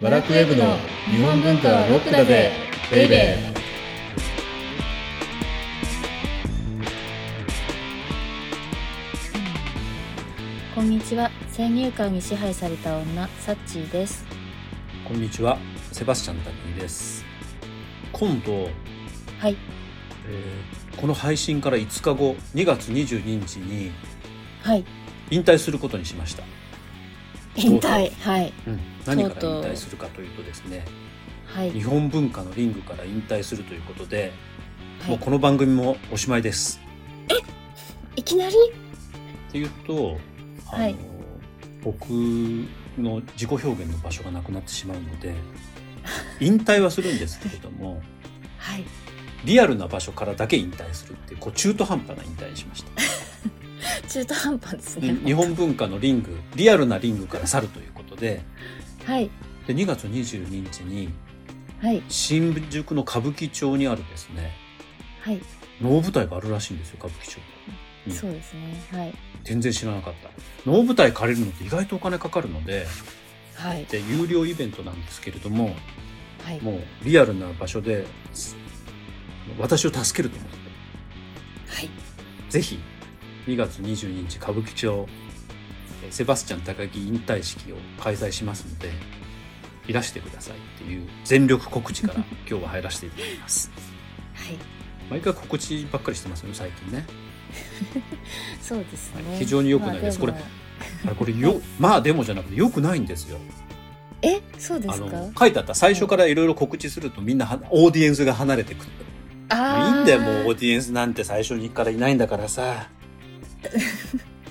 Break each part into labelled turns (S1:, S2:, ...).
S1: バラクウェブの日本文化はロックだぜベイベー
S2: こんにちは先入観に支配された女サッチーです
S3: こんにちは、セバスチャン拓海です。今度、
S2: はい
S3: えーこの配信から5日後、2月22日に
S2: はい
S3: 引退することにしました。
S2: 引退はい
S3: 何か
S2: と
S3: ら
S2: うと
S3: 引
S2: う
S3: 退するかというとですね、
S2: はい
S3: 日本文化のリングから引退するということで、
S2: は
S3: もう
S2: い
S3: この番組もおしまいです。
S2: いきなり
S3: っていうと、あの
S2: はい
S3: 僕の自己表現の場所がなくなってしまうので、引退はするんですけれども、
S2: はい
S3: リアルな場所からだけ引退するっていう、こう中途半端な引退にしました。
S2: 中途半端です
S3: で
S2: ね
S3: 日本文化のリングリアルなリングから去るということで
S2: はい
S3: で2月22日に
S2: はい
S3: 新宿の歌舞伎町にあるですね
S2: はい、
S3: 能舞台があるらしいんですよ歌舞伎町うん
S2: そうですねはい
S3: 全然知らなかった能舞台借りるのって意外とお金かかるので
S2: はい
S3: で有料イベントなんですけれども
S2: はい
S3: もうリアルな場所です私を助けると思って
S2: はい
S3: ぜひ2月22日歌舞伎町えーセバスチャン高木引退式を開催しますのでいらしてくださいっていう全力 告知から今日は入らせていただきます
S2: はい
S3: 毎回告知ばっかりしてますよね最近ね
S2: そうですね、
S3: 非常に良くないです
S2: まあ
S3: こあれこ れよまあでもじゃなくてよくないんですよ
S2: でもえそうで
S3: あ
S2: すか
S3: の書いてあった最初からいろいろ告知するとみんなはオーディエンスが離れてくってもういいんだよもうオーディエンスなんて最初にからいないんだから さ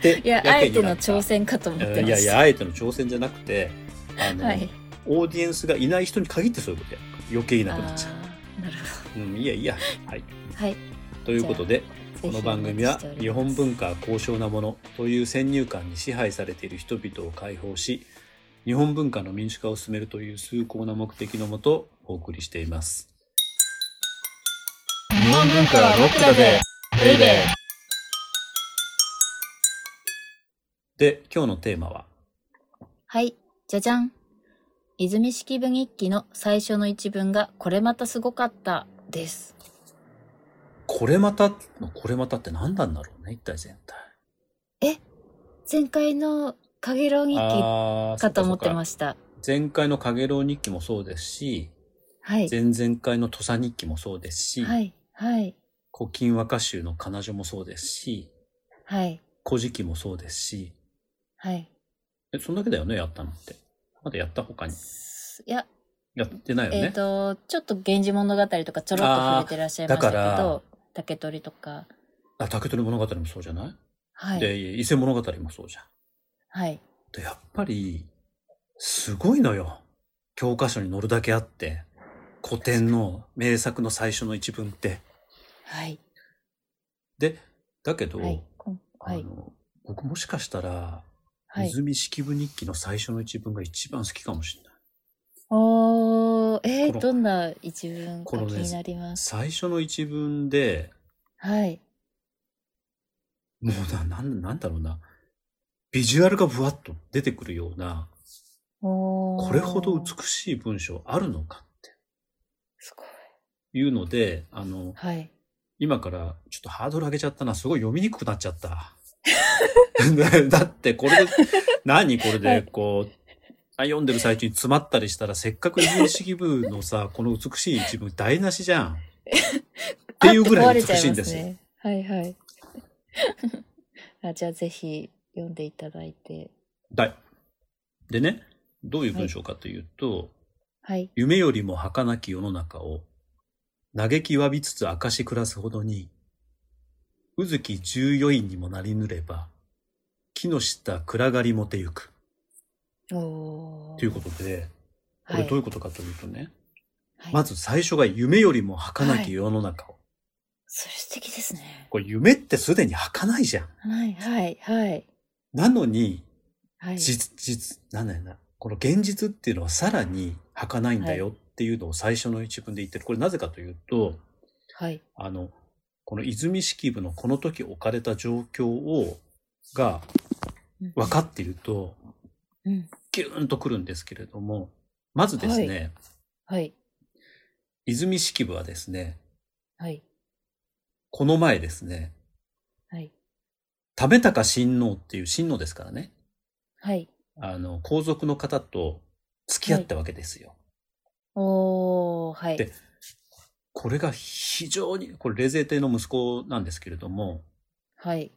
S3: で
S2: いやあえての挑
S3: 戦
S2: 戦かと思ってました、
S3: いやいやあえての挑戦じゃなくてあの、
S2: はい
S3: オーディエンスがいない人に限ってそういうことやる余計いなくなっちゃ
S2: あーなるほ
S3: う、うん、いやいやはい
S2: どはい
S3: ということでこの番組は日本文
S2: 化
S3: 化は高尚なものという先入観に支配されている人々を解放し日本文化の民主化を進めるという崇高な目的のもとお送りしています
S1: 日本文化はロックだぜベイベ
S3: で今日のテーマは
S2: はいじゃじゃん泉式部日記の最初の一文がこれまたすごかったです
S3: 「これまた」の「これまた」って何なんだろうね一体全体
S2: 前回の影郎日記
S3: あー
S2: かと思って
S3: そ
S2: ま
S3: っか
S2: した
S3: そっか前回の「影楼日記」もそうですし
S2: はい
S3: 前々回の土佐日記もそうですし、
S2: はいはい
S3: 古今和歌集の彼女もそうですし、
S2: はい
S3: 古事記もそうですし、
S2: はい
S3: え、そんだけだよね、やったのって。まだやった他に。
S2: いや、
S3: やってないよ
S2: えっ、
S3: ね。
S2: とちょっと「源氏物語」とかちょろっと触れてらっしゃいましたけ
S3: あーだから
S2: ど「竹取」とか
S3: あ、竹取物語もそうじゃない、
S2: はい
S3: で、伊勢物語もそうじゃん。
S2: はい
S3: で、やっぱり、すごいのよ。教科書に載るだけあって、古典の名作の最初の一文って。
S2: はい
S3: で、だけど、
S2: はいこんはい
S3: あの、僕もしかしたら、
S2: はい
S3: 泉式部日記の最初の一文が一番好きかもしれない。
S2: おーえ
S3: こ
S2: ー、
S3: の
S2: どんな一文
S3: こ
S2: か
S3: の
S2: 気
S3: ね
S2: になります。
S3: 最初の一文で、
S2: はい。
S3: もうな、なん、なんだろうな。ビジュアルがぶわっと出てくるような、
S2: おー
S3: これほど美しい文章あるのかっ
S2: すごい。
S3: ていうので、あの、
S2: はい。
S3: 今からちょっとハードル上げちゃったな。すごい読みにくくなっちゃった。 だってこれで、何これ
S2: は
S3: で、
S2: い
S3: こう、あ読んでる最中に詰まったりしたら、せっかく認識部のさ、この美しい一文台無しじゃん。っていうぐらい美しいんですよ
S2: あ。って壊れちゃいますね。はいはい。 あじゃあぜひ読んでいただいて。
S3: だいでね、どういう文章かというと、
S2: はい。
S3: 夢よりも儚き世の中を、嘆きわびつつ明かし暮らすほどに、うずき十余院にもなりぬれば、木の下暗がりもてゆく。
S2: おー。
S3: ということで、これどういうことかというとね、
S2: はい
S3: まず最初が夢よりも儚き世の中を。
S2: それ素敵ですね。
S3: これ夢ってすでに儚いじゃん。
S2: はいはいはい。
S3: なのに、
S2: はい。
S3: 実、実、なんだよな。この現実っていうのはさらに儚いんだよっていうのを最初の一文で言ってる。これなぜかというと、
S2: はい。
S3: あの、この泉式部のこの時置かれた状況を、が分かっていると、
S2: うん。
S3: ギューンとくるんですけれども、まずですね、
S2: ははい。
S3: 泉式部はですね、
S2: はい。
S3: この前ですね、
S2: はい。
S3: 為高親王っていう親王ですからね、
S2: はい。
S3: あの、皇族の方と付き合ったわけですよ。
S2: おー、はい。
S3: でこれが非常に、これ冷泉帝の息子なんですけれども、
S2: はい。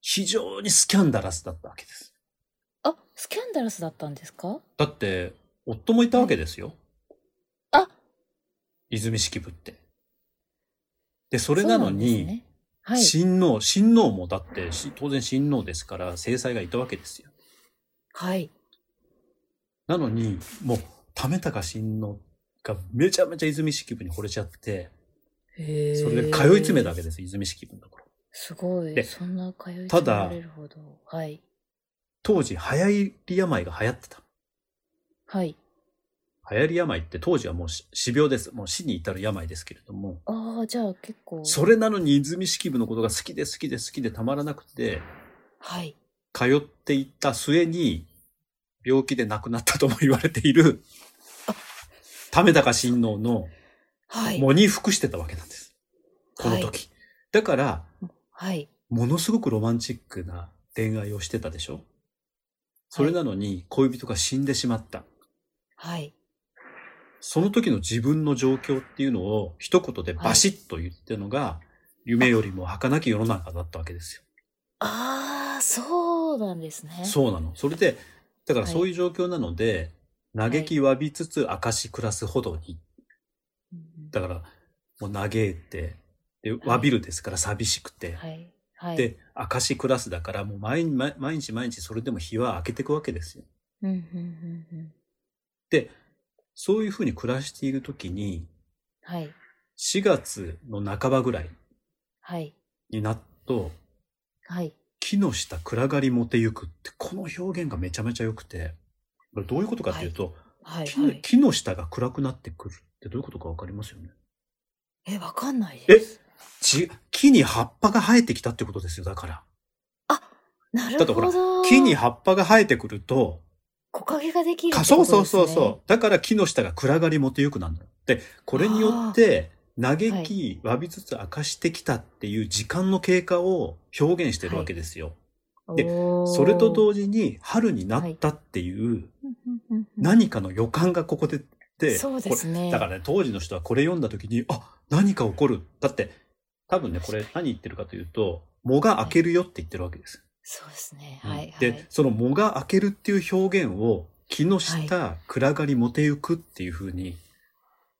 S3: 非常にスキャンダラスだったわけです。
S2: あ、スキャンダラスだったんですか
S3: だって、夫もいたわけですよ。
S2: あ
S3: 泉式部って。で、それなのに、
S2: そうなんですねはい。
S3: 親王、親王もだって、し当然親王ですから、制裁がいたわけですよ。
S2: はい。
S3: なのに、もう、為高親王がめちゃめちゃ泉式部に惚れちゃって、
S2: へー
S3: それで通い詰めたわけです、泉式部のところ。
S2: すごい。
S3: で
S2: そんな通い
S3: た
S2: 詰
S3: だ
S2: められるほど。はい。
S3: 当時、流行り病が流行ってた。
S2: はい。
S3: 流行り病って当時はもうし死病です。もう死に至る病ですけれども、
S2: ああ、じゃあ結構。
S3: それなのに泉式部のことが好きで好きで好きでたまらなくて、
S2: はい。
S3: 通っていった末に、病気で亡くなったとも言われている、為高親王の
S2: はい。
S3: 喪に服してたわけなんです。この時。
S2: はい
S3: だから、
S2: はい。
S3: ものすごくロマンチックな恋愛をしてたでしょそれなのに恋人が死んでしまった。
S2: はい。
S3: その時の自分の状況っていうのを一言でバシッと言ってるのが、夢よりも儚き世の中だったわけですよ。
S2: ああ、そうなんですね。
S3: そうなの。それで、だから
S2: はい
S3: そういう状況なので、嘆き詫びつつ証し暮らすほどに。
S2: うん
S3: だから、もう嘆いて、で、
S2: はい
S3: 詫びるですから寂しくて。
S2: はい。はい。
S3: で、証し暮らすだから、もう毎日毎毎日毎日それでも日は明けていくわけですよ。
S2: うん、うん、うん、うん。
S3: で、そういうふうに暮らしている時に、
S2: はい。
S3: 4月の半ばぐらい
S2: はい。
S3: になっと、
S2: はい。
S3: 木の下暗がりもてゆくって、この表現がめちゃめちゃ良くて、これどういうことかっていうと、
S2: はい。
S3: 木の
S2: はい。
S3: 木の下が暗くなってくるってどういうことかわかりますよね。
S2: え、わかんないです。
S3: ち木に葉っぱが生えてきたってことですよ、だから。
S2: な
S3: だ
S2: る
S3: ってほ
S2: ほ
S3: ら
S2: ど。
S3: 木に葉っぱが生えてくると、
S2: 木陰ができるって
S3: か
S2: こ
S3: そ
S2: と
S3: う
S2: です、ね。
S3: そうそうそう。だから木の下が暗がりもてゆくなんだよ。で、これによって、嘆き、詫びつつ明かしてきたっていう時間の経過を表現してるわけですよ。
S2: う
S3: でそれと同時に、春になったっていう、何かの予感がここで、で
S2: そうですね
S3: これだからね、当時の人はこれ読んだ時に、あ、何か起こる。だって、多分ね、これ何言ってるかというと、藻が開けるよって言ってるわけです。
S2: そうですね。はい。はい。
S3: で、その藻が開けるっていう表現を、木の下、暗がりもてゆくっていう風に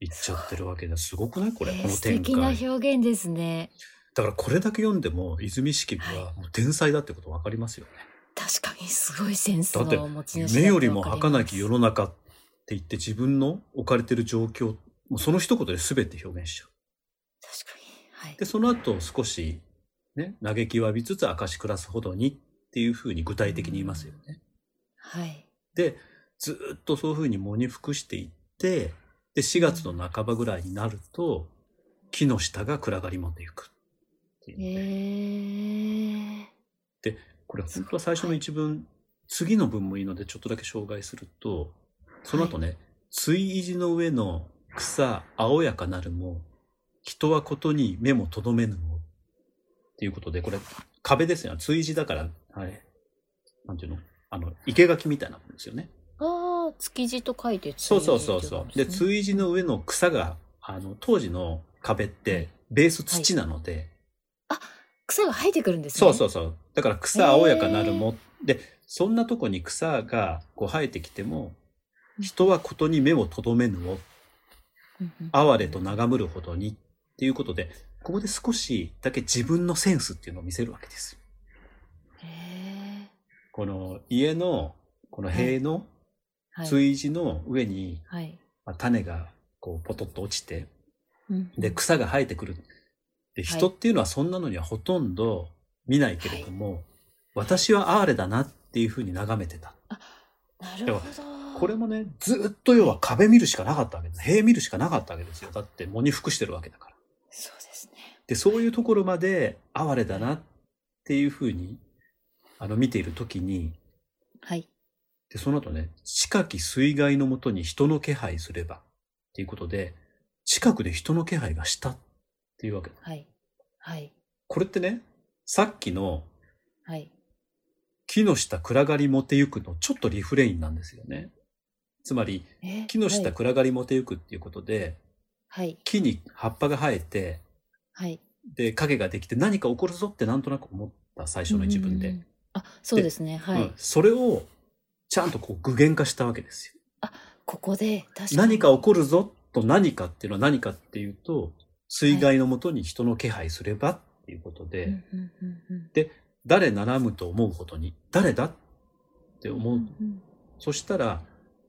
S3: 言っちゃってるわけだ。すごくないこれ、
S2: えー
S3: この
S2: 素
S3: 展
S2: 敵な
S3: 開。
S2: 表現ですね。
S3: だからこれだけ読んでも、泉式部はもう天才だってことわかりますよね。
S2: 確かにすごいセンス
S3: だって
S2: の持ち主だ
S3: 夢よりも儚き世
S2: よ
S3: の中って言って自分の置かれてる状況、もうその一言で全て表現しちゃう。
S2: 確かに。はい
S3: で、。その後少し、ね、嘆き詫びつつ証し暮らすほどにっていう風に具体的に言いますよね。
S2: はい。
S3: で、ずーっとそういう風に喪に服していって、で、4月の半ばぐらいになると、木の下が暗がりまでいくっていう
S2: え
S3: ね、
S2: ー。
S3: これ本当は最初の一文、次の文もいいのでちょっとだけ紹介すると、その後ね、水意地の上の草青やかなるも、人はことに目もとどめぬも。っていうことで、これ壁ですよ。追地だから、はい。なんていうのあの、生垣みたいなもんですよね。
S2: ああ、築地と書いて築地
S3: そうそうそうそう。で、
S2: つ
S3: 追地の上の草が、あの、当時の壁って、ベース土なので、
S2: 草が生えてくるんですね。
S3: そうそうそう。だから草青やかなるも。で、そんなとこに草がこう生えてきても、人はことに目をとどめぬを、
S2: うんうん。
S3: 哀れと眺むるほどにっていうことで、ここで少しだけ自分のセンスっていうのを見せるわけですよ。
S2: へえ。
S3: この家の、この塀の
S2: はい。
S3: 追地の上に、
S2: はい。
S3: まあ種がこうポトッと落ちて、
S2: うん
S3: で、草が生えてくる。で、人っていうのはそんなのにはほとんど見ないけれども、私は哀れだなっていうふうに眺めてた。
S2: なるほど。
S3: これもね、ずーっと要は壁見るしかなかったわけです。塀見るしかなかったわけですよ。だって、喪に服してるわけだから。
S2: そうですね。
S3: で、そういうところまで哀れだなっていうふうに、あの、見ているときに、
S2: はい。
S3: で、その後ね、近き水害のもとに人の気配すれば、っていうことで、近くで人の気配がしたっていうわけ。
S2: はい。はい。
S3: これってね、さっきの
S2: はい。
S3: 木の下暗がりもてゆくのちょっとリフレインなんですよね。つまり、
S2: え
S3: 木の下暗がりもてゆくっていうことで、
S2: はい。
S3: 木に葉っぱが生えて、
S2: はい。
S3: で、影ができて何か起こるぞってなんとなく思った最初の一文
S2: う
S3: で。
S2: んうんうん。あ、そうですね。はい。
S3: うんそれをちゃんとこう具現化したわけですよ。
S2: ここで、確かに。
S3: 何か起こるぞと何かっていうのは何かっていうと、水害のもとに人の気配すればっていうことで、
S2: うんうんうんうん
S3: 誰ならむと思うことに、誰だって思う。
S2: うん
S3: そしたら、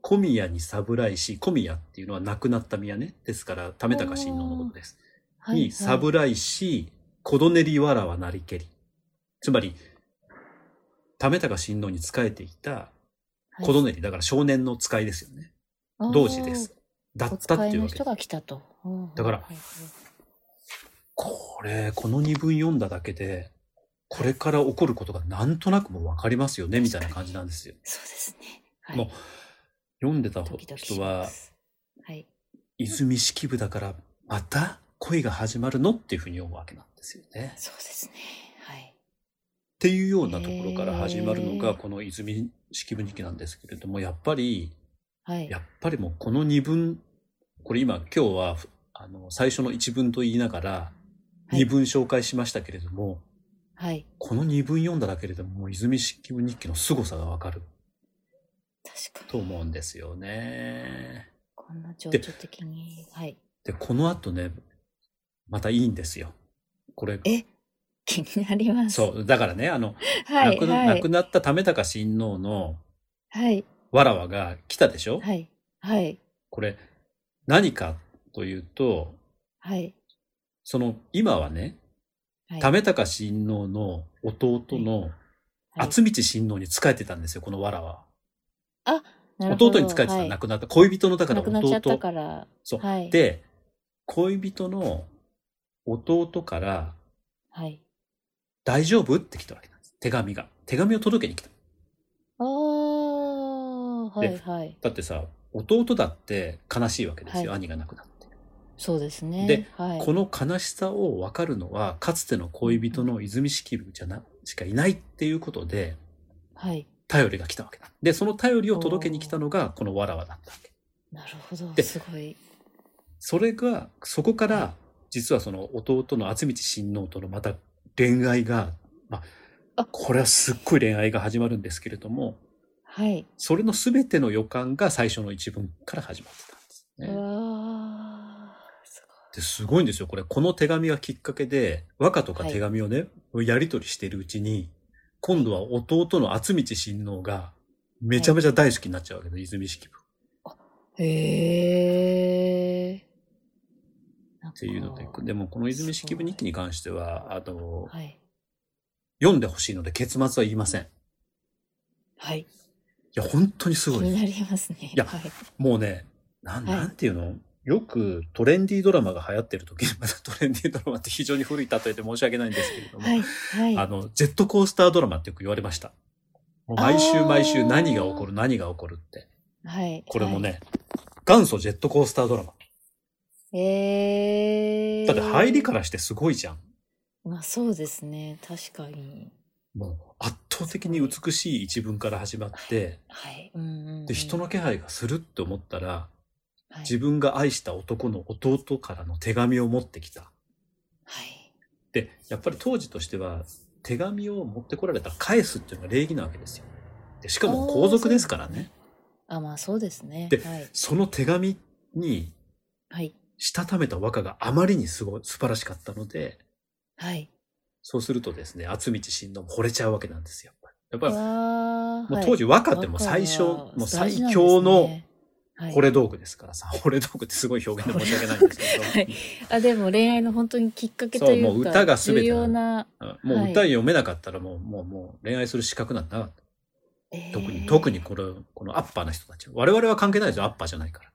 S3: 小宮に侍し、小宮っていうのは亡くなった宮ね。ですから、為高親王のことです。
S2: はい
S3: に、侍し、小どねりわらはなりけり。つまり、為高親王に仕えていた小どねり、だから少年の使いですよね。同時で。
S2: はい
S3: す。だ
S2: あーお
S3: ったって
S2: 使い
S3: いう
S2: の
S3: わけ
S2: 人
S3: です。
S2: が来たと。うん
S3: だから
S2: はいはい
S3: これ、この2文読んだだけで、これから起こることがなんとなくもうわかりますよね、みたいな感じなんですよ。
S2: そうですね。はい
S3: もう、読んでた
S2: ドキドキし
S3: 人
S2: ま
S3: は、
S2: すはい。
S3: 泉式部だから、また恋が始まるのっていうふうに読むわけなんですよね。っ
S2: そうですね。はい。
S3: ていうようなところから始まるの
S2: へ
S3: が、
S2: ー
S3: この泉式部日記なんですけれども、やっぱり、
S2: はい。
S3: やっぱりもうこの2文、これ今、今日は、ふあの、最初の1文と言いながら、
S2: はい
S3: 2文紹介しましたけれども、
S2: はい。
S3: この2文読んだだけれども、もう泉式部日記の凄さがわかる
S2: 確か
S3: と
S2: に。
S3: 思うんですよね。
S2: こんな情緒的に。はい。
S3: で、この後ね、またいいんですよ。これ、
S2: え気になります。
S3: そう、だからね、あの、
S2: はい。
S3: 亡くな
S2: は
S3: 亡
S2: い
S3: く。なった為高親王の
S2: はい。
S3: わらわが来たでしょ、
S2: はい。はい。
S3: これ、何かというと、
S2: はい。
S3: その、今はね、
S2: はい。
S3: 為高親王の弟の
S2: はい
S3: 厚道親王に仕えてたんですよ、このわらわは。
S2: なるほど
S3: 弟に仕えてた、
S2: はい
S3: 亡くなった。恋人の、だから
S2: 亡くなっちゃった
S3: 弟。
S2: から。
S3: そう
S2: はい。、
S3: で、恋人の弟から
S2: はい。
S3: 大丈夫って来たわけなんです。手紙が。手紙を届けに来た。
S2: ああ、はいはい。
S3: だってさ、弟だって悲しいわけですよ。
S2: はい
S3: 兄が亡くなって。
S2: そうですね。
S3: で、
S2: はい。
S3: この悲しさを分かるのは、かつての恋人の泉式部じゃな、しかいないっていうことで、
S2: はい。
S3: 頼りが来たわけだ。で、その頼りを届けに来たのが、このわらわだったわけ。
S2: なるほど。
S3: です
S2: ごい。
S3: それが、そこから、実はその弟の厚道親王とのまた恋愛が、まあ
S2: あ、
S3: これはすっごい恋愛が始まるんですけれども、
S2: はい。
S3: それの全ての予感が最初の一文から始まってたんです
S2: う
S3: ね。
S2: わーす
S3: ですごいんですよ。これ、この手紙がきっかけで、和歌とか手紙をね、やり取りしてるうちに、今度は弟の厚道親王が、めちゃめちゃ大好きになっちゃうわけで、泉式部っ
S2: ごい。へえ。って
S3: いうので、でもこの泉式部日記に関しては、あの、
S2: はい。
S3: 読んでほしいので結末は言いません。い
S2: はい。
S3: や、本当にす
S2: 気
S3: ごい
S2: に
S3: です。
S2: なりますね。
S3: や
S2: はい。
S3: もうね、なん、
S2: はい
S3: なんていうのよくトレンディードラマが流行ってる時に、またトレンディードラマって非常に古い例えで申し訳ないんですけれども、
S2: はい。はい。
S3: あの、ジェットコースタードラマってよく言われました。もう毎
S2: あ
S3: 週
S2: ー
S3: 毎週何が起こる何が起こるって。
S2: はい。
S3: これもね、元祖ジェットコースタードラマ。
S2: はい。えー。
S3: だって入りからしてすごいじゃん。
S2: まあそうですね。確かに。
S3: もう圧倒的に美しい一文から始まって、
S2: はい。うんうんうん、
S3: で、人の気配がするって思ったら、
S2: はい、
S3: 自分が愛した男の弟からの手紙を持ってきた。
S2: はい。
S3: で、やっぱり当時としては、手紙を持ってこられたら返すっていうのが礼儀なわけですよ。でしかも皇族ですからね。
S2: あ、まあそうですね。
S3: で
S2: はい。
S3: その手紙に
S2: はい。
S3: したためた和歌があまりにすごい素晴らしかったので、
S2: はい。
S3: そうするとですね、厚道親王も惚れちゃうわけなんですよ。やっぱ
S2: わ
S3: り、やっぱりも
S2: ー
S3: う
S2: はい
S3: 当時和歌ってもう最初、
S2: 和歌は
S3: も
S2: 大
S3: う
S2: 事なん
S3: 最
S2: ですね
S3: 強の
S2: はい
S3: 惚れ道具ですからさ、惚れ道具ってすごい表現で申し訳ないんです
S2: は
S3: け
S2: いあでも恋愛の本当にきっかけ
S3: そう
S2: というか
S3: もう歌が全てな
S2: 重
S3: の
S2: 要な、
S3: ど、うんもう歌読めなかったらもう、もう、もう恋愛する資格なんてなかった。特に、特にこれ、このアッパーな人たち。我々は関係ないですよ、アッパーじゃないから。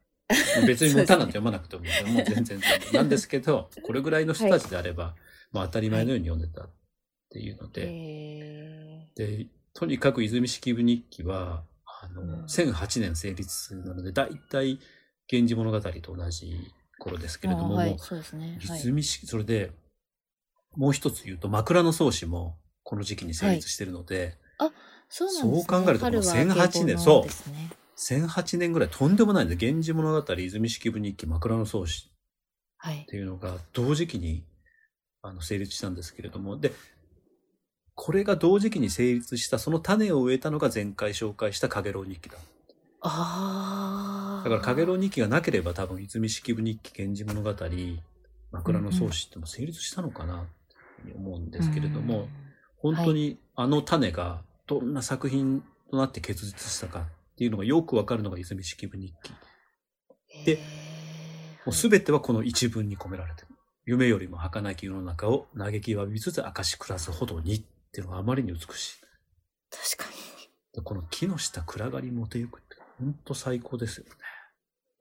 S3: 別にもう歌なんて読まなくても、もう全然。なんですけど、これぐらいの人たちであれば、まあ当たり前のように読んでたっていうので、
S2: えー
S3: で、とにかく泉式部日記は、あの、
S1: うん
S3: 1008年成立なので、だいたい源氏物語と同じ頃ですけれども、
S2: あはい、
S3: も
S2: そうですね。
S3: う
S2: は
S3: 律
S2: い。
S3: 民式、それで、もう一つ言うと、枕草子もこの時期に成立してるので、
S2: そうなんですね。
S3: そう考えると
S2: 春は
S3: この1008年
S2: 慶応
S3: そう
S2: のですね
S3: 1008年ぐらいとんでもないんで、源氏物語、泉式部日記、枕草子
S2: はい
S3: っ。ていうのが同時期にあの成立したんですけれども、で、これが同時期に成立した、その種を植えたのが前回紹介した影郎日記だ。
S2: ああ。
S3: だから影郎日記がなければ多分、泉式部日記、源氏物語、枕草子っても成立したのかなって思うんですけれども、
S2: うん
S3: 本当にあの種がどんな作品となって結実したかっていうのがよくわかるのが泉式部日記。
S2: へ
S3: で
S2: ー
S3: もう全てはこの一文に込められてる。夢よりも儚き世の中を嘆きわびつつ明かし暮らすほどにっていうのがあまりに美しい。
S2: 確かに。
S3: でこの木の下暗がりもてゆくって本当最高ですよね。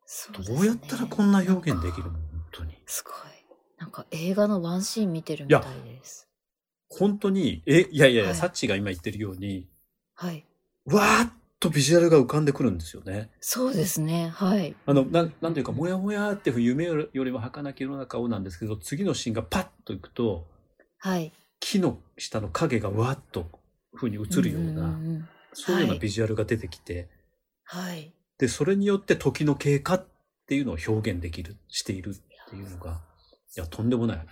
S2: そ
S3: どうやったらこんな表現できる
S2: の
S3: の本当に。
S2: すごい。なんか映画のワンシーン見てるみたいです。
S3: 本当に、え、いやいやい
S2: は
S3: や、
S2: い
S3: サッチが今言ってるように、
S2: はい。
S3: わーっとビジュアルが浮かんでくるんですよね。
S2: そうですね。はい。
S3: あの、ななんていうか、もやもやって夢よりも儚き世の中をなんですけど、次のシーンがパッと行くと、
S2: はい。
S3: 木の下の影がわーっと風に映るような、
S2: んんん
S3: そういうよう
S2: は
S3: ないビジュアルが出てきて、
S2: はい。
S3: で、それによって時の経過っていうのを表現できる、しているっていうのが、いや、とんでもない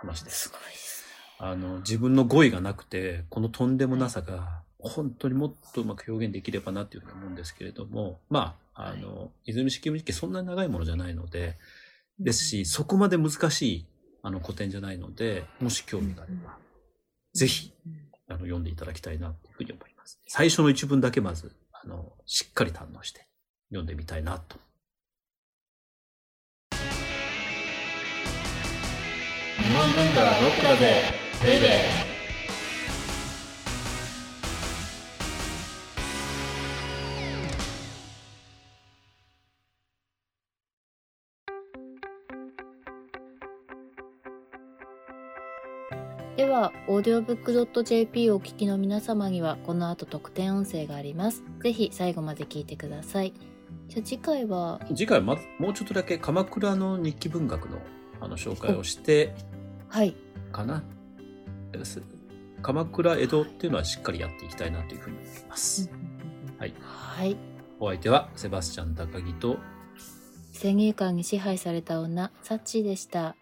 S3: 話です。
S2: すごいですね。
S3: あの、自分の語彙がなくて、このとんでもなさが、本当にもっとうまく表現できればなっていうふうに思うんですけれども、まあ、あの、泉式無日記そんなに長いものじゃないので、ですし、そこまで難しい、あの、古典じゃないので、もし興味があれば、ぜひ、
S2: うん
S3: あの、読んでいただきたいなっていうふうに思います。最初の一文だけまず、あの、しっかり堪能して読んでみたいなと。
S1: 日本文化はロックだぜベイベー
S2: では、audiobook.jp をお聞きの皆様には、この後特典音声があります。ぜひ最後まで聞いてください。じゃあ次回は、
S3: 次回はまず、もうちょっとだけ鎌倉の日記文学の、あの、紹介をして、
S2: はい。
S3: かな。です鎌倉、江戸っていうのはしっかりやっていきたいなというふうに思います。はい。
S2: はい。
S3: お相手はセバスチャン高木と
S2: 先入観に支配された女、サッチーでした。